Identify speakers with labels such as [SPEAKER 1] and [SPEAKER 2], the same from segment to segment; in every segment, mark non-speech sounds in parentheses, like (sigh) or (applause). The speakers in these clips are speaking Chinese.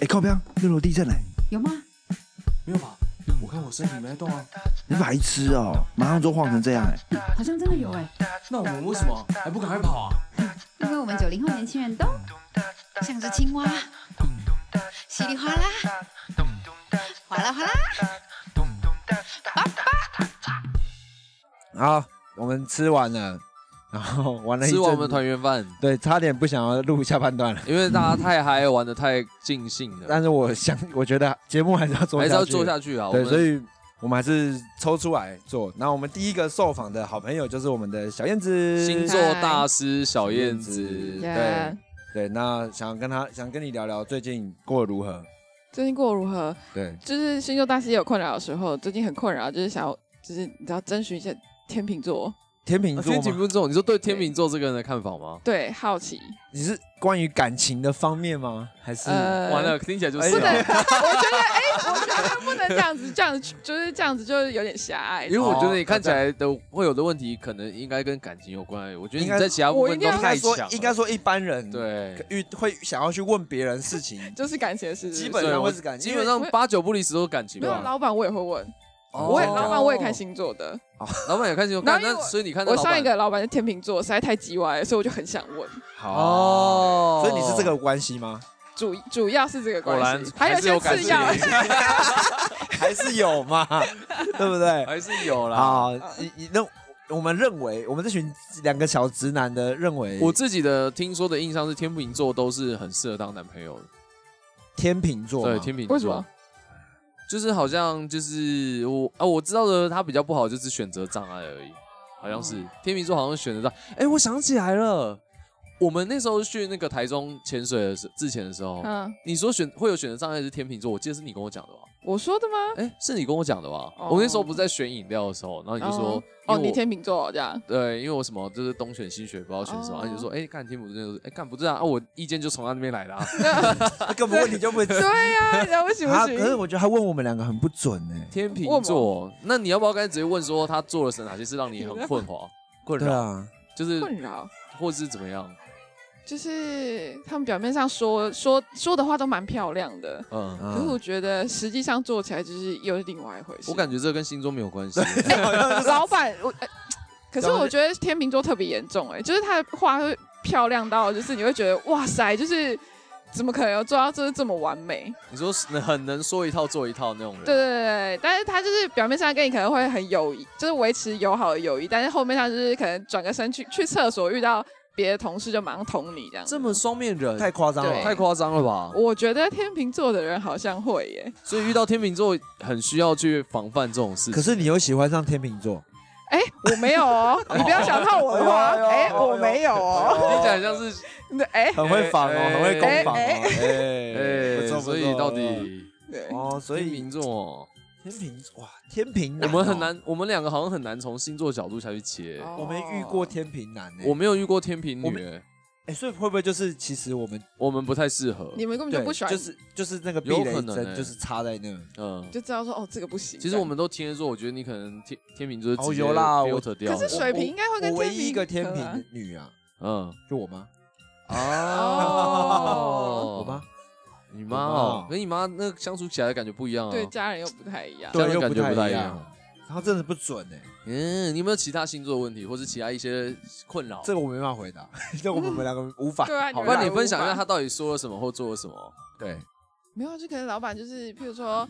[SPEAKER 1] 哎，靠边，六楼地震嘞、
[SPEAKER 2] 有吗？
[SPEAKER 3] 没有吧？我看我身体没在动啊。
[SPEAKER 1] 你白痴哦、马上就晃成这样哎、
[SPEAKER 2] 好像真的有哎，
[SPEAKER 3] 那我们为什么还不赶快跑啊？
[SPEAKER 2] 因为我们九零后年轻人都像只青蛙，稀里哗啦，哗啦哗啦。
[SPEAKER 4] 好，我们吃完了，然后玩了一
[SPEAKER 5] 吃
[SPEAKER 4] 阵
[SPEAKER 5] 完我
[SPEAKER 4] 子
[SPEAKER 5] 们团圆饭，
[SPEAKER 4] 对，差点不想要录下半段了。
[SPEAKER 5] 因为大家太嗨，玩的太尽兴了，
[SPEAKER 4] 但是我想，我觉得节目还是要做，
[SPEAKER 5] 还是要做。下去啊。我
[SPEAKER 4] 对，
[SPEAKER 5] 们
[SPEAKER 4] 所以我们还是抽出来做。那我们第一个受访的好朋友就是我们的小燕子，
[SPEAKER 5] 星座大师小燕子，对，
[SPEAKER 6] Yeah，
[SPEAKER 4] 对，那想跟他想跟你聊聊最近过得如何？
[SPEAKER 6] 最近过得如何？
[SPEAKER 4] 对，
[SPEAKER 6] 就是星座大师也有困扰的时候，最近很困扰，就是想要，就是你知道争取一些天秤座，
[SPEAKER 4] 哦天秤
[SPEAKER 5] 啊
[SPEAKER 4] 座
[SPEAKER 5] 天秤
[SPEAKER 4] 吗？
[SPEAKER 5] 座你说对天秤座这个人的看法吗？
[SPEAKER 6] 对，好奇，
[SPEAKER 4] 你是关于感情的方面吗？还是
[SPEAKER 6] 呃，
[SPEAKER 5] 嗯完了，听起来就
[SPEAKER 4] 哎
[SPEAKER 5] 是
[SPEAKER 4] 呦
[SPEAKER 6] 不能，
[SPEAKER 5] 啊，
[SPEAKER 6] 我觉得，哎、我觉得不能这样子，这样子就是这样子，就是有点狭隘
[SPEAKER 5] 因。为我觉得
[SPEAKER 4] 哦
[SPEAKER 5] 你看起来的会有的问题，可能应该跟感情有关。我觉得你
[SPEAKER 4] 应该
[SPEAKER 5] 在其他部
[SPEAKER 6] 我
[SPEAKER 5] 分
[SPEAKER 6] 一
[SPEAKER 5] 都
[SPEAKER 6] 定要
[SPEAKER 4] 应该
[SPEAKER 5] 太强
[SPEAKER 4] 说
[SPEAKER 5] 了，
[SPEAKER 4] 嗯应该说一般人
[SPEAKER 5] 对，
[SPEAKER 4] 遇会想要去问别人事情， (laughs)
[SPEAKER 6] 就是感情的事，
[SPEAKER 4] 基本
[SPEAKER 5] 对
[SPEAKER 4] 上
[SPEAKER 5] 我
[SPEAKER 4] 会是感情，
[SPEAKER 5] 基本上八九不离十都是感情
[SPEAKER 6] 没有
[SPEAKER 5] 吧。
[SPEAKER 6] 老板我也会问，
[SPEAKER 4] 哦
[SPEAKER 6] 我也
[SPEAKER 4] 真的假
[SPEAKER 6] 老
[SPEAKER 4] 的
[SPEAKER 6] 板我也看星座的，
[SPEAKER 5] 老板也看清楚，看
[SPEAKER 6] 然后因为
[SPEAKER 5] 那所以你看那
[SPEAKER 6] 我
[SPEAKER 5] 老
[SPEAKER 6] 上
[SPEAKER 5] 板
[SPEAKER 6] 一个老板是天秤座，实在太叽歪了，所以我就很想问，
[SPEAKER 4] 哦，
[SPEAKER 5] 哦，
[SPEAKER 4] 所以你是这个关系吗？
[SPEAKER 6] 主主要是这个
[SPEAKER 5] 果
[SPEAKER 6] 关
[SPEAKER 5] 然
[SPEAKER 6] 系，有一
[SPEAKER 5] 是
[SPEAKER 6] 些
[SPEAKER 5] 感
[SPEAKER 6] 次
[SPEAKER 5] 情，
[SPEAKER 6] 要，
[SPEAKER 4] 还是有嘛，对不对？
[SPEAKER 5] (laughs) 还是有啦。
[SPEAKER 4] 好，你你认我们认为我们这群两个小直男的认为，
[SPEAKER 5] 我自己的听说的印象是天秤座都是很适合当男朋友的，
[SPEAKER 4] 天秤座嘛，
[SPEAKER 5] 对天秤
[SPEAKER 6] 为什
[SPEAKER 5] 座
[SPEAKER 6] 么。
[SPEAKER 5] 就是好像就是我啊，我知道的他比较不好就是选择障碍而已，好像
[SPEAKER 6] 嗯
[SPEAKER 5] 是、天秤座好像选择障。哎、我想起来了，我们那时候去那个台中潜水的时之前的时候，
[SPEAKER 6] 嗯，
[SPEAKER 5] 你说选会有选择障碍是天秤座，我记得是你跟我讲的吧？
[SPEAKER 6] 我说的吗？
[SPEAKER 5] 哎、是你跟我讲的吧？
[SPEAKER 6] 哦
[SPEAKER 5] 我那时候不是在选饮料的时候，然后你就说
[SPEAKER 6] 哦，
[SPEAKER 5] 因为
[SPEAKER 6] 你
[SPEAKER 5] 我
[SPEAKER 6] 天秤座这样，
[SPEAKER 5] 对，因为我什么就是东选西选，不知道选什么，然
[SPEAKER 6] 哦
[SPEAKER 5] 后你就说哎、干天秤座，哎、干不对啊，啊我意见就从他那边来的、啊，
[SPEAKER 4] 那根本问题就不 (laughs)
[SPEAKER 6] 对呀、啊，不行不
[SPEAKER 4] 啊，可是
[SPEAKER 6] 行，
[SPEAKER 4] 我觉得他问我们两个很不准哎，
[SPEAKER 5] 天秤座。那你要不要干脆直接问说他做了哪些事让你很困
[SPEAKER 4] (laughs)
[SPEAKER 5] 惑、困
[SPEAKER 4] 对
[SPEAKER 5] 扰？
[SPEAKER 4] 啊，
[SPEAKER 5] 就是
[SPEAKER 6] 困扰。
[SPEAKER 5] 或是怎么样？
[SPEAKER 6] 就是他们表面上说说说的话都蛮漂亮的，
[SPEAKER 5] 嗯，
[SPEAKER 6] 可是
[SPEAKER 4] 嗯
[SPEAKER 6] 我觉得实际上做起来就是又是另外一回事。
[SPEAKER 5] 我感觉这跟星座没有
[SPEAKER 4] (laughs)
[SPEAKER 5] 关系。
[SPEAKER 6] (laughs) 老板，我、呃可是我觉得天秤座特别严重哎、就是他的话会漂亮到，就是你会觉得哇塞，就是怎么可能有做到就是这么完美？
[SPEAKER 5] 你说是很能说一套做一套那种人，
[SPEAKER 6] 对对对对，但是他就是表面上跟你可能会很友谊，就是维持友好的友谊，但是后面上就是可能转个身去去厕所遇到别的同事就马上捅你这样。
[SPEAKER 5] 这么双面人，
[SPEAKER 4] 啊太夸张了
[SPEAKER 6] 对
[SPEAKER 4] 吧，
[SPEAKER 5] 太夸张了吧？
[SPEAKER 6] 我觉得天秤座的人好像会耶、
[SPEAKER 5] 所以遇到天秤座很需要去防范这种事
[SPEAKER 4] 可
[SPEAKER 5] 情。
[SPEAKER 4] 是你又喜欢上天秤座，
[SPEAKER 6] 哎、我没有哦，
[SPEAKER 4] (laughs)
[SPEAKER 6] 你不要想套我的话。
[SPEAKER 4] 哎呦哎呦
[SPEAKER 6] 哎、
[SPEAKER 4] 哎呦
[SPEAKER 6] 我没有哦。 (laughs)
[SPEAKER 5] 听起来像是
[SPEAKER 6] 你的哎、
[SPEAKER 4] 很会防哦，
[SPEAKER 5] 哎
[SPEAKER 4] 很会攻防哦，
[SPEAKER 6] 哎
[SPEAKER 4] 哎，不
[SPEAKER 5] 哎，
[SPEAKER 4] 错
[SPEAKER 5] 所以到底
[SPEAKER 6] 对，
[SPEAKER 4] 哦，所
[SPEAKER 5] 天
[SPEAKER 4] 以
[SPEAKER 5] 秤座，
[SPEAKER 4] 天秤哇，天秤
[SPEAKER 5] 我
[SPEAKER 4] 男哦
[SPEAKER 5] 们很，难，我们两个好像很难从星座角度下去切。
[SPEAKER 6] 哦
[SPEAKER 4] 我没遇过天秤男哎，
[SPEAKER 5] 我没有遇过天秤
[SPEAKER 4] 我
[SPEAKER 5] 女，哎
[SPEAKER 4] 哎，所以会不会就是其实我们
[SPEAKER 5] 我们不太适合。
[SPEAKER 6] 你们根本
[SPEAKER 4] 对，
[SPEAKER 6] 就不喜欢，
[SPEAKER 4] 就是就是那个避
[SPEAKER 5] 有
[SPEAKER 4] 雷
[SPEAKER 5] 可能
[SPEAKER 4] 针
[SPEAKER 5] 欸
[SPEAKER 4] 就是插在那。
[SPEAKER 5] 嗯，
[SPEAKER 6] 就知道说哦，这个不行。
[SPEAKER 5] 其实我们都天蝎座，我觉得你可能天天秤座
[SPEAKER 4] 哦
[SPEAKER 5] 直接
[SPEAKER 4] 有啦我
[SPEAKER 5] filter
[SPEAKER 6] 这
[SPEAKER 5] 掉
[SPEAKER 6] 样
[SPEAKER 5] 了。
[SPEAKER 6] 可是水瓶应该会跟
[SPEAKER 4] 我唯一一个天
[SPEAKER 6] 天
[SPEAKER 4] 平
[SPEAKER 6] 平
[SPEAKER 4] 女啊，
[SPEAKER 5] 嗯，
[SPEAKER 4] 就我妈， (laughs)
[SPEAKER 6] 哦，
[SPEAKER 5] 哦
[SPEAKER 4] 我妈
[SPEAKER 5] 你妈
[SPEAKER 4] 我妈
[SPEAKER 5] 哦
[SPEAKER 4] 哦，
[SPEAKER 5] 跟你妈那个相处起来的感觉不一样啊。
[SPEAKER 6] (laughs) 对，家人又不太一样。
[SPEAKER 5] 这样
[SPEAKER 4] 又
[SPEAKER 5] 感觉不太
[SPEAKER 4] 一
[SPEAKER 5] 一
[SPEAKER 4] 样
[SPEAKER 5] 样。
[SPEAKER 4] 她真的不准哎，
[SPEAKER 5] 嗯，你有没有其他星座的问题，或是其他一些困扰？
[SPEAKER 4] 这个我没办法回答， (laughs) 这个我们两个无法。
[SPEAKER 6] (laughs) 对啊，
[SPEAKER 4] 好
[SPEAKER 5] 不然你
[SPEAKER 6] 们
[SPEAKER 5] 分享一下
[SPEAKER 6] 无法
[SPEAKER 5] 他到底说了什么或做了什么？
[SPEAKER 4] 对，
[SPEAKER 6] 没有，就可能老板就是，譬如说，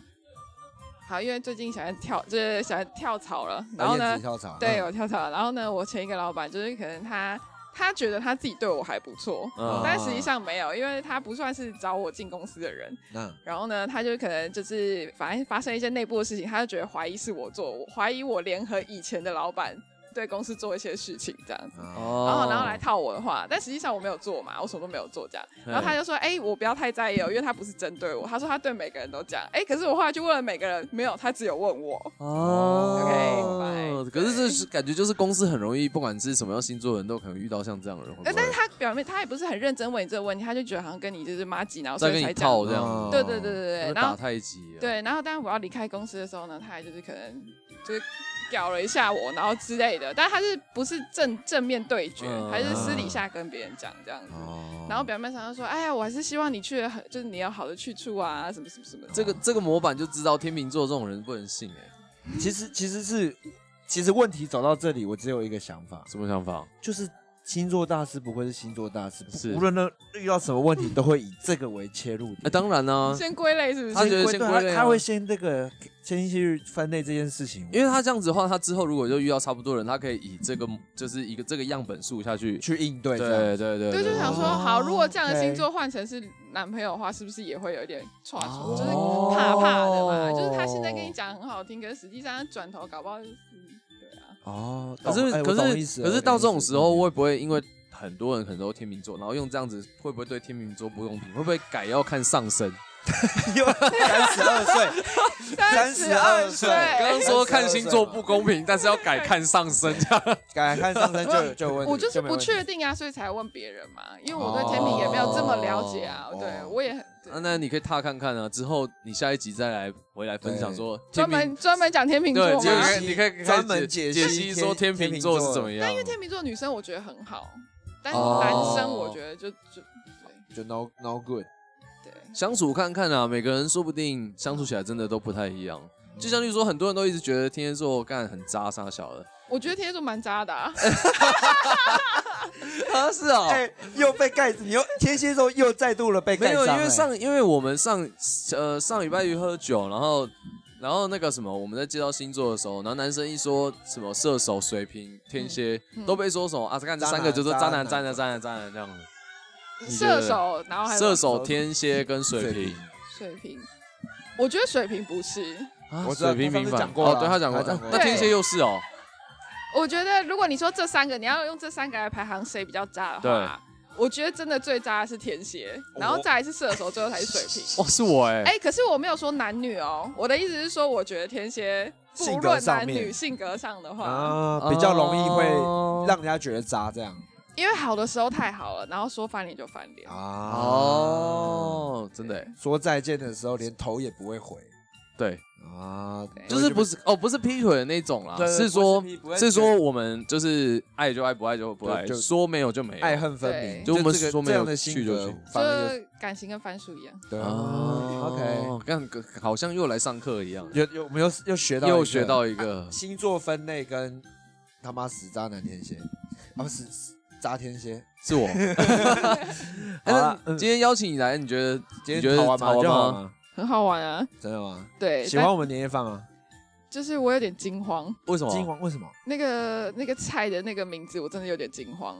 [SPEAKER 6] 好，因为最近想要跳，就是想要跳槽了，然后
[SPEAKER 4] 燕
[SPEAKER 6] 呢
[SPEAKER 4] 子，跳槽，
[SPEAKER 6] 对
[SPEAKER 4] 嗯
[SPEAKER 6] 我跳槽了，然后呢，我前一个老板就是可能他他觉得他自己对我还不错，
[SPEAKER 5] 嗯
[SPEAKER 6] 但实际上没有，因为他不算是找我进公司的人，
[SPEAKER 4] 那
[SPEAKER 6] 然后呢，他就可能就是反正发生一些内部的事情，他就觉得怀疑是我做，我怀疑我联合以前的老板对公司做一些事情这样子。
[SPEAKER 4] 啊
[SPEAKER 5] 哦
[SPEAKER 6] 然后，然后来套我的话，但实际上我没有做嘛，我什么都没有做这样。然后他就说：“哎、我不要太在意哦，因为他不是针对我，他说他对每个人都这样。哎、可是我后来去问了每个人，没有，他只有问我。
[SPEAKER 5] 嗯哦
[SPEAKER 6] OK，拜
[SPEAKER 5] 可是这是感觉就是公司很容易，不管是什么样星座的人都可能遇到像这样的人，会不
[SPEAKER 6] 哎，
[SPEAKER 5] 会
[SPEAKER 6] 但是他表面他也不是很认真问你这个问题，他就觉得好像跟你就是妈几，然后所
[SPEAKER 5] 再跟
[SPEAKER 6] 以
[SPEAKER 5] 你
[SPEAKER 6] 才这样。
[SPEAKER 5] 套这样
[SPEAKER 4] 哦
[SPEAKER 5] 子？
[SPEAKER 6] 对对对对对，
[SPEAKER 5] 会
[SPEAKER 6] 然
[SPEAKER 5] 打
[SPEAKER 6] 后
[SPEAKER 5] 太极。，啊
[SPEAKER 6] 对，然后当我要离开公司的时候呢，他还就是可能就是屌了一下我，然后之类的，但他是不是正正面对决，
[SPEAKER 5] 嗯
[SPEAKER 6] 还是私底下跟别人讲这样子？
[SPEAKER 5] 哦
[SPEAKER 6] 然后表面上就说，哎呀，我还是希望你去得很，就是你要好的去处啊，什么什么什么的。
[SPEAKER 5] 这个这个模板就知道天秤座这种人不能信哎、
[SPEAKER 4] 其实其实是，其实问题走到这里，我只有一个想法，
[SPEAKER 5] 什么想法？
[SPEAKER 4] 就是星座大师不会是星座大师，
[SPEAKER 5] 是
[SPEAKER 4] 无论呢遇到什么问题，都会以这个为切入点。
[SPEAKER 5] 哎、当然啦、
[SPEAKER 6] 先归类是不
[SPEAKER 5] 他
[SPEAKER 6] 是？
[SPEAKER 5] 觉得
[SPEAKER 4] 对
[SPEAKER 5] 先归类啊
[SPEAKER 4] 他他会先这个先去分类这件事情，
[SPEAKER 5] 因为他这样子的话，他之后如果就遇到差不多的人，他可以以这个就是一个这个样本数下去。
[SPEAKER 4] 去应对
[SPEAKER 5] 对
[SPEAKER 4] 这样。
[SPEAKER 5] 对对对，
[SPEAKER 6] 对，就想说，
[SPEAKER 4] 哦
[SPEAKER 6] 好，如果这样的
[SPEAKER 4] OK
[SPEAKER 6] 星座换成是男朋友的话，是不是也会有一点差错？
[SPEAKER 5] 哦
[SPEAKER 6] 就是怕怕的嘛，就是他现在跟你讲很好听，可是实际上他转头搞不好就是，对啊，
[SPEAKER 4] 哦，
[SPEAKER 5] 可
[SPEAKER 4] 懂
[SPEAKER 5] 是
[SPEAKER 4] 哎我
[SPEAKER 5] 可
[SPEAKER 4] 懂意思
[SPEAKER 5] 是
[SPEAKER 4] 了
[SPEAKER 5] 可是到这种时候，
[SPEAKER 4] 我
[SPEAKER 5] 会不会因为很多人很多天秤座，然后用这样子，会不会对天秤座不公平？会不会改要看上身？
[SPEAKER 4] 三十二岁，
[SPEAKER 6] 三
[SPEAKER 4] 十二岁
[SPEAKER 5] (laughs) 刚刚说看星座不公平，但是要改看上身，这样
[SPEAKER 4] 改看上身 (laughs) 就就有问题，
[SPEAKER 6] 我就是
[SPEAKER 4] 没问
[SPEAKER 6] 不
[SPEAKER 4] 题
[SPEAKER 6] 确定啊，所以才问别人嘛，因为我对天秤也没有这么了解啊，
[SPEAKER 4] 哦
[SPEAKER 6] 对我也很。对
[SPEAKER 5] 啊 (laughs) 那你可以踏看看啊，之后你下一集再来回来分享说
[SPEAKER 6] 专
[SPEAKER 5] 天
[SPEAKER 6] 门专门讲天秤座
[SPEAKER 5] 对，
[SPEAKER 6] 吗？
[SPEAKER 5] 就是
[SPEAKER 4] 解
[SPEAKER 5] 你可以开始
[SPEAKER 4] 专门
[SPEAKER 5] 解
[SPEAKER 4] 解析
[SPEAKER 5] 析
[SPEAKER 4] 天
[SPEAKER 5] 说天秤座是怎么样
[SPEAKER 6] 但因。为天秤座女生我觉得很好，但
[SPEAKER 5] 哦
[SPEAKER 6] 男生我觉得就就
[SPEAKER 4] 就 no no good。
[SPEAKER 6] 对
[SPEAKER 5] 相处看看啊，每个人说不定相处起来真的都不太一样。就像例如说，很多人都一直觉得天蝎座干很渣傻小的，
[SPEAKER 6] 我觉得天蝎座蛮渣的、啊，
[SPEAKER 5] 哎啊 (laughs) 是啊、
[SPEAKER 4] 哎，又被盖，你又天蝎座又再度了被盖
[SPEAKER 5] 没有，
[SPEAKER 4] 章
[SPEAKER 5] 因为
[SPEAKER 4] 哎
[SPEAKER 5] 上因为我们上呃上礼拜一喝酒，然后然后那个什么，我们在介绍星座的时候，然后男生一说什么射手、水瓶、天蝎，
[SPEAKER 6] 嗯
[SPEAKER 5] 都被说什么啊，看这
[SPEAKER 4] 渣男
[SPEAKER 5] 三个就说
[SPEAKER 4] 渣
[SPEAKER 5] 渣男、
[SPEAKER 4] 男哦
[SPEAKER 5] 渣男、渣男、渣男这样的。你觉
[SPEAKER 6] 射
[SPEAKER 5] 得
[SPEAKER 6] 手，然后还有
[SPEAKER 5] 射手、天蝎跟水瓶
[SPEAKER 6] 水瓶，我觉得水瓶不是。
[SPEAKER 5] 啊，
[SPEAKER 4] 我知道
[SPEAKER 5] 水瓶
[SPEAKER 4] 他上次
[SPEAKER 5] 平凡
[SPEAKER 4] 讲过
[SPEAKER 5] 哦，
[SPEAKER 4] 了
[SPEAKER 5] 对他讲过
[SPEAKER 4] 他讲过，
[SPEAKER 5] 那
[SPEAKER 6] 对
[SPEAKER 5] 天蝎又是哦，
[SPEAKER 6] 我觉得如果你说这三个，你要用这三个来排行谁比较渣的话，我觉得真的最渣的是天蝎，然后再来是射手，最后才是水瓶。
[SPEAKER 4] 哦
[SPEAKER 5] 哇是我哎
[SPEAKER 4] 欸
[SPEAKER 6] 哎、，可是我没有说男女哦，我的意思是说，我觉得天蝎不
[SPEAKER 4] 性格
[SPEAKER 6] 论
[SPEAKER 4] 上
[SPEAKER 6] 男女
[SPEAKER 4] 面
[SPEAKER 6] 性格上的话，
[SPEAKER 4] 啊，比较容易会
[SPEAKER 5] 哦
[SPEAKER 4] 让人家觉得渣这样
[SPEAKER 6] 因为好的时候太好了，然后说翻脸就翻脸。
[SPEAKER 4] 啊。
[SPEAKER 5] 哦，真的哎
[SPEAKER 4] 说再见的时候连头也不会回
[SPEAKER 5] 对。
[SPEAKER 4] 啊，
[SPEAKER 5] 就是不是哦，不是劈腿的那种啦，
[SPEAKER 4] 对对
[SPEAKER 5] 是说
[SPEAKER 4] 不是劈不会
[SPEAKER 5] 是说我们就是爱就爱，不爱就不爱，
[SPEAKER 4] 对就
[SPEAKER 5] 说没有就没有。
[SPEAKER 4] 爱恨分明，
[SPEAKER 6] 对
[SPEAKER 5] 就我们
[SPEAKER 4] 这个
[SPEAKER 5] 说没
[SPEAKER 4] 这
[SPEAKER 5] 有
[SPEAKER 4] 样的性格
[SPEAKER 5] 去就去，
[SPEAKER 6] 就
[SPEAKER 4] 反正就是
[SPEAKER 6] 是感情跟番薯一样，
[SPEAKER 4] 对
[SPEAKER 5] 哦
[SPEAKER 4] OK，
[SPEAKER 5] 看好像又来上课一样，
[SPEAKER 4] 有有我们又又学到一个
[SPEAKER 5] 又学到一个
[SPEAKER 4] 星座分类跟他妈死渣男天蝎，啊死死渣天蝎，
[SPEAKER 5] 是
[SPEAKER 4] (laughs)
[SPEAKER 5] 我。
[SPEAKER 4] 好
[SPEAKER 5] 哎
[SPEAKER 4] 啦，
[SPEAKER 5] 那
[SPEAKER 4] 嗯
[SPEAKER 5] 今天邀请你来，你觉得
[SPEAKER 4] 今
[SPEAKER 5] 你觉
[SPEAKER 4] 天
[SPEAKER 5] 得
[SPEAKER 4] 好玩吗？
[SPEAKER 5] 好玩吗
[SPEAKER 4] 这样好玩吗？哎
[SPEAKER 6] 很好玩啊。
[SPEAKER 4] 真的吗？
[SPEAKER 6] 对，
[SPEAKER 4] 喜
[SPEAKER 6] 但
[SPEAKER 4] 欢我们年夜饭吗？
[SPEAKER 6] 就是我有点惊慌，
[SPEAKER 5] 为什
[SPEAKER 4] 金
[SPEAKER 5] 么
[SPEAKER 4] 黄为什么？
[SPEAKER 6] 那个那个菜的那个名字，我真的有点惊
[SPEAKER 4] (laughs)
[SPEAKER 6] 慌。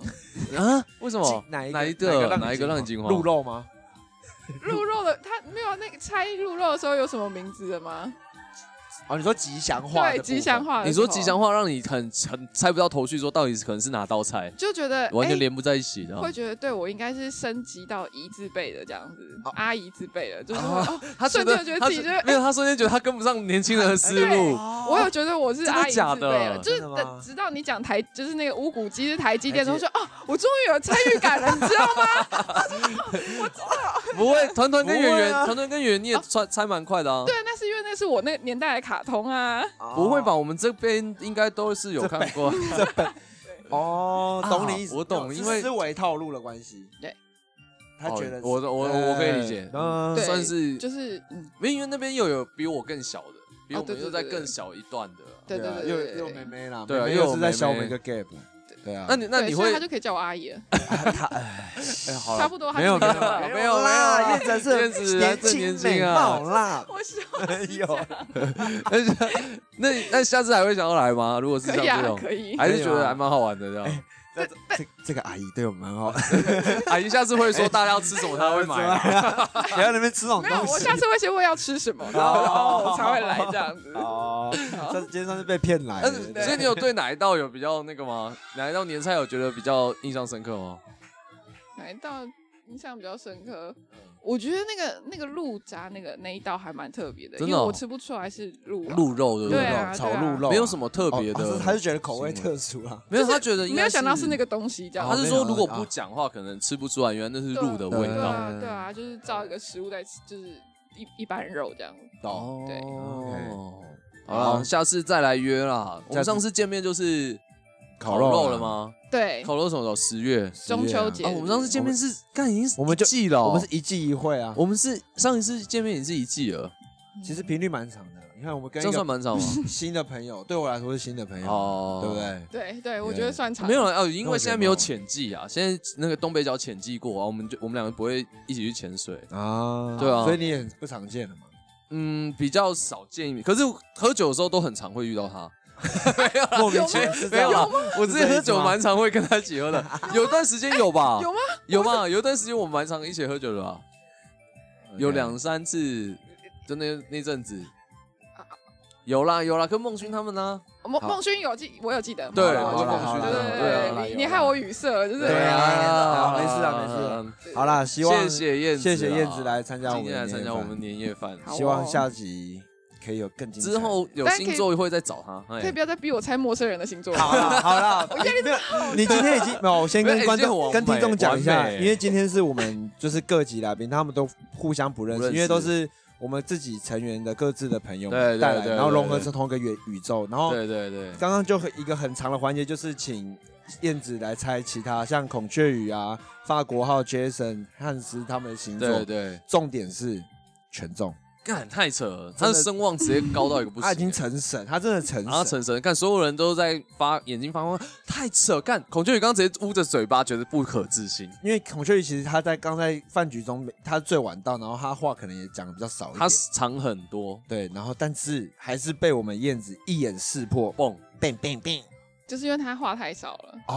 [SPEAKER 5] 啊？为什么
[SPEAKER 4] 金哪一
[SPEAKER 5] 哪一
[SPEAKER 4] 个
[SPEAKER 5] 个哪一个让你惊慌？
[SPEAKER 4] 鹿肉吗？
[SPEAKER 6] 鹿肉的，它没有啊那个猜鹿肉的时候有什么名字的吗？
[SPEAKER 4] 哦，你说吉祥话？
[SPEAKER 6] 对，吉祥。话。
[SPEAKER 5] 你说吉祥，话让你很很猜不到头绪，说到底是可能是哪道菜，
[SPEAKER 6] 就觉得
[SPEAKER 5] 完全
[SPEAKER 6] 哎
[SPEAKER 5] 连不在一起的。
[SPEAKER 6] 会觉得对我应该是升级到姨字辈的这样子，
[SPEAKER 4] 哦
[SPEAKER 6] 阿姨字辈的，就是
[SPEAKER 5] 哦
[SPEAKER 6] 哦
[SPEAKER 5] 他
[SPEAKER 6] 瞬间觉得
[SPEAKER 5] 他
[SPEAKER 6] 自己就是哎
[SPEAKER 5] 没有，他瞬间觉得他跟不上年轻人的思路。
[SPEAKER 6] 我有觉得我
[SPEAKER 5] 真
[SPEAKER 6] 是
[SPEAKER 5] 的
[SPEAKER 6] 阿姨
[SPEAKER 5] 假
[SPEAKER 6] 之辈
[SPEAKER 5] 的
[SPEAKER 6] 了，就是
[SPEAKER 4] 真的
[SPEAKER 6] 等
[SPEAKER 4] 吗
[SPEAKER 6] 直到你讲台，就是那个五谷鸡是台积电，
[SPEAKER 4] 台
[SPEAKER 6] 然
[SPEAKER 4] 积
[SPEAKER 6] 后说哦，我终于有参与感了，你知道吗？ (laughs)
[SPEAKER 5] (laughs) 不会，团团跟圆
[SPEAKER 4] 不会
[SPEAKER 5] 圆，
[SPEAKER 4] 啊
[SPEAKER 5] 团团跟圆圆你也猜猜蛮快的啊。
[SPEAKER 6] 对，那是因为那是我那个年代的卡通啊，
[SPEAKER 5] 不会吧？？我们这边应该都是有看
[SPEAKER 6] (laughs)
[SPEAKER 5] 过。
[SPEAKER 4] 哦，懂你意思，
[SPEAKER 5] 啊我懂因为
[SPEAKER 4] 思维套路的关系。
[SPEAKER 6] 对，
[SPEAKER 4] 他觉得
[SPEAKER 5] 哦我我
[SPEAKER 4] 呃
[SPEAKER 5] 我可以理解
[SPEAKER 4] 嗯
[SPEAKER 6] 对
[SPEAKER 5] 算是
[SPEAKER 6] 就是嗯，
[SPEAKER 5] 明媛那边又有比我更小的，比我
[SPEAKER 6] 哦对
[SPEAKER 5] 们
[SPEAKER 6] 对
[SPEAKER 5] 又在
[SPEAKER 6] 对
[SPEAKER 5] 更小一段的。
[SPEAKER 6] 对对
[SPEAKER 4] 啊
[SPEAKER 6] 对对
[SPEAKER 4] 又
[SPEAKER 6] 对
[SPEAKER 4] 又妹
[SPEAKER 6] 对。
[SPEAKER 4] 妹啦，
[SPEAKER 5] 对啊
[SPEAKER 4] 妹妹
[SPEAKER 5] 又
[SPEAKER 4] 是
[SPEAKER 5] 有
[SPEAKER 4] 在
[SPEAKER 5] 妹妹
[SPEAKER 4] 消我们一个 gap，对啊，
[SPEAKER 5] 那你那
[SPEAKER 6] 对
[SPEAKER 5] 你
[SPEAKER 6] 所以
[SPEAKER 5] 会
[SPEAKER 6] 他就可以叫我阿姨了，
[SPEAKER 4] 哎好
[SPEAKER 6] 差不多他
[SPEAKER 4] 没有
[SPEAKER 6] 就可以
[SPEAKER 4] 没有
[SPEAKER 6] 叫我阿姨
[SPEAKER 5] 没有啦
[SPEAKER 4] 叶子
[SPEAKER 5] 燕子
[SPEAKER 4] 是
[SPEAKER 5] 还是年轻啊
[SPEAKER 4] 美貌啦，
[SPEAKER 6] (laughs) 我喜
[SPEAKER 4] 哎
[SPEAKER 6] 欢是
[SPEAKER 4] 呦
[SPEAKER 6] 这样
[SPEAKER 5] 那那下次还会想要来吗？如果是
[SPEAKER 6] 可
[SPEAKER 5] 像
[SPEAKER 6] 以
[SPEAKER 5] 这
[SPEAKER 6] 啊，
[SPEAKER 5] 种，
[SPEAKER 6] 可以。
[SPEAKER 5] 还是觉
[SPEAKER 4] 可以
[SPEAKER 5] 得
[SPEAKER 4] 吗
[SPEAKER 5] 还蛮好玩的这样。
[SPEAKER 6] (laughs)
[SPEAKER 4] 这这这个阿姨对我们很好，
[SPEAKER 5] 阿姨下次会说大家要吃什么，她
[SPEAKER 6] (laughs)
[SPEAKER 5] 会买啊。
[SPEAKER 4] (laughs)
[SPEAKER 6] 哎
[SPEAKER 5] (laughs)
[SPEAKER 4] 不要在那边吃那种
[SPEAKER 6] 没有，
[SPEAKER 4] 东
[SPEAKER 6] 我
[SPEAKER 4] 西
[SPEAKER 6] 下。次会先问要吃什么，
[SPEAKER 4] (laughs)
[SPEAKER 6] 然后然后我才会来这样子。
[SPEAKER 4] 哦，这今天算是被骗来
[SPEAKER 5] 但
[SPEAKER 4] 的
[SPEAKER 5] 是，
[SPEAKER 4] 对
[SPEAKER 5] 所以你有嗯对哪一道有比较那个吗？哪一道年菜有觉得比较印象深刻吗？
[SPEAKER 6] 哪一道印象比较深刻？我觉得那个那个鹿杂那个那一道还蛮特别的，
[SPEAKER 5] 真
[SPEAKER 6] 因
[SPEAKER 5] 的
[SPEAKER 6] 为
[SPEAKER 5] 哦
[SPEAKER 6] 我吃不出来是鹿啊
[SPEAKER 5] 鹿肉对不
[SPEAKER 6] 对啊
[SPEAKER 4] 炒鹿肉啊，
[SPEAKER 5] 没有什么特别
[SPEAKER 4] 哦哦
[SPEAKER 5] 的，
[SPEAKER 4] 是他就觉得口味特殊啊啦。
[SPEAKER 5] 没有，他觉得应该
[SPEAKER 6] 没有想到是那哦个东西这样
[SPEAKER 5] 他
[SPEAKER 6] 子。
[SPEAKER 5] 是说如果不讲话，可能吃不出来，原来那是鹿的味
[SPEAKER 6] 对
[SPEAKER 5] 道。
[SPEAKER 6] 啊，对啊，就是照一个食物在吃，就是一一般肉这样。
[SPEAKER 5] 哦
[SPEAKER 6] 对
[SPEAKER 4] 哦
[SPEAKER 5] 好了，
[SPEAKER 4] 好
[SPEAKER 5] 下次再来约啦。我
[SPEAKER 4] 下
[SPEAKER 5] 们
[SPEAKER 4] 次
[SPEAKER 5] 上次见面就是
[SPEAKER 4] 烤肉
[SPEAKER 5] 肉
[SPEAKER 4] 啊
[SPEAKER 5] 了？吗？
[SPEAKER 6] 对，
[SPEAKER 5] 烤肉什么时候？十月。
[SPEAKER 6] 中秋节
[SPEAKER 5] 啊，我们上次见面是干已经
[SPEAKER 4] 我们就
[SPEAKER 5] 一季了哦，
[SPEAKER 4] 我们是一季一会啊，
[SPEAKER 5] 我们是上一次见面也是一季了，
[SPEAKER 4] 其实频率蛮长的。你看，我们
[SPEAKER 5] 这
[SPEAKER 4] 跟一
[SPEAKER 5] 样算
[SPEAKER 4] 个
[SPEAKER 5] 蛮长吗？
[SPEAKER 4] 新的朋友，对我来说是新的朋友，
[SPEAKER 5] 哦，
[SPEAKER 4] 对不？对？
[SPEAKER 6] 对对，我觉得算长。
[SPEAKER 5] 没有了哦，因
[SPEAKER 4] 那
[SPEAKER 5] 为
[SPEAKER 4] 我觉
[SPEAKER 5] 现在
[SPEAKER 4] 得
[SPEAKER 5] 没有
[SPEAKER 4] 蛮好
[SPEAKER 5] 潜季啊，现在那个东北角潜季过啊，我们就我们两个不会一起去潜水，
[SPEAKER 4] 啊，
[SPEAKER 5] 对啊
[SPEAKER 4] 所以你也不常见了嘛。
[SPEAKER 5] 嗯，比较少见一面。可是喝酒的时候都很常会遇到他，
[SPEAKER 4] (laughs) 莫名其妙是这
[SPEAKER 5] (laughs) 没有
[SPEAKER 4] 样啊
[SPEAKER 5] 啦
[SPEAKER 4] 吗，，
[SPEAKER 5] 我之前喝酒蛮常会跟他一起喝
[SPEAKER 6] (laughs)
[SPEAKER 5] 的，有段时间有吧？
[SPEAKER 6] 有吗？
[SPEAKER 5] 有吧？有段时间我们蛮常一起喝酒的吧？有
[SPEAKER 4] 啊
[SPEAKER 5] 两三次，就那那阵子，有啦有啦，跟孟勋他们呢，
[SPEAKER 6] 孟
[SPEAKER 5] 好
[SPEAKER 6] 孟勋有记，我有记得。
[SPEAKER 5] 对，
[SPEAKER 4] 啦
[SPEAKER 5] 我
[SPEAKER 4] 好
[SPEAKER 5] 就
[SPEAKER 4] 啦
[SPEAKER 5] 孟勋
[SPEAKER 4] 好
[SPEAKER 6] 对
[SPEAKER 4] 啦
[SPEAKER 5] 他们，
[SPEAKER 6] 对
[SPEAKER 4] 好啦
[SPEAKER 5] 对
[SPEAKER 6] 对
[SPEAKER 5] 啊，
[SPEAKER 4] 啦
[SPEAKER 6] 对，你
[SPEAKER 4] 有
[SPEAKER 6] 你
[SPEAKER 4] 啦
[SPEAKER 6] 害我语塞了，就是
[SPEAKER 4] 对啊
[SPEAKER 5] 啊，
[SPEAKER 4] 好没事啊没事啊
[SPEAKER 5] 嗯。
[SPEAKER 4] 好啦，希望
[SPEAKER 5] 谢谢燕子，啊
[SPEAKER 4] 谢谢燕子，来参加我们
[SPEAKER 5] 今天
[SPEAKER 4] 的年
[SPEAKER 5] 来
[SPEAKER 4] 夜
[SPEAKER 5] 参加我们
[SPEAKER 4] 饭
[SPEAKER 5] 年夜饭，
[SPEAKER 6] 好哦
[SPEAKER 4] 希望下集可以有更精彩
[SPEAKER 5] 之后有
[SPEAKER 6] 但可以
[SPEAKER 5] 星座会再找他。哎
[SPEAKER 6] 可以不要再逼我猜陌生人的星座。
[SPEAKER 4] 好了啊好了，没有，你今天已经没有，我先
[SPEAKER 5] 没有
[SPEAKER 4] 跟
[SPEAKER 5] 哎
[SPEAKER 4] 观
[SPEAKER 5] 这个
[SPEAKER 4] 众、
[SPEAKER 5] 完
[SPEAKER 4] 跟听众讲一下，
[SPEAKER 5] 完美
[SPEAKER 4] 因为今天是我们就是各级来宾，他们都互相不认
[SPEAKER 5] 不
[SPEAKER 4] 识，
[SPEAKER 5] 认识
[SPEAKER 4] 因为都是我们自己成员的各自的朋友
[SPEAKER 5] 对对
[SPEAKER 4] 带来
[SPEAKER 5] 对
[SPEAKER 4] 的，
[SPEAKER 5] 对
[SPEAKER 4] 然后融合成同一个宇宇宙。然后
[SPEAKER 5] 对对对，
[SPEAKER 4] 刚刚就一个很长的环节，就是请燕子来猜其他像孔雀羽啊、法国号、Jason、汉斯他们的星座。
[SPEAKER 5] 对对，
[SPEAKER 4] 重点是全中，
[SPEAKER 5] 干太扯了，他
[SPEAKER 4] 真
[SPEAKER 5] 的
[SPEAKER 4] 的
[SPEAKER 5] 声望直接高到一个不行。
[SPEAKER 4] 他已经成神，他真的成
[SPEAKER 5] 然后
[SPEAKER 4] 神。
[SPEAKER 5] 成神，看所有人都在发眼睛发光，太扯！干孔雀鱼刚直接捂着嘴巴，觉得不可置信。
[SPEAKER 4] 因为孔雀羽其实他在刚在饭局中，他最晚到，然后他话可能也讲的比较少一点。
[SPEAKER 5] 他长很多，
[SPEAKER 4] 对，然后但是还是被我们燕子一眼识破
[SPEAKER 5] 蹦
[SPEAKER 4] ，bang bang bang。
[SPEAKER 6] (laughs) 就是因为他话太少了。
[SPEAKER 5] 哦，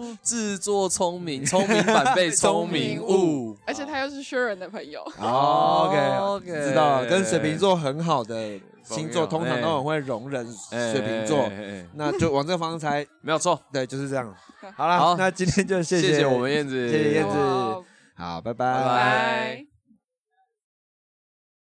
[SPEAKER 5] 哎呦，自作聪明，聪明反被聪明误。
[SPEAKER 6] 而且他又是 Sharon 的朋友，
[SPEAKER 4] 哦
[SPEAKER 5] OK，
[SPEAKER 4] ，OK，知道了。跟水瓶座很好的星座，通常都很会容忍
[SPEAKER 5] 哎
[SPEAKER 4] 水瓶座
[SPEAKER 5] 哎，哎哎
[SPEAKER 4] 那就往这个方向猜。
[SPEAKER 5] 没有错。
[SPEAKER 4] 对，就是这样。好
[SPEAKER 5] (laughs) 好
[SPEAKER 4] 了，那今天就谢
[SPEAKER 5] 谢我们燕子，
[SPEAKER 4] 谢谢燕子
[SPEAKER 6] 哇哦
[SPEAKER 4] 好，拜
[SPEAKER 5] 拜
[SPEAKER 4] 拜
[SPEAKER 5] 拜。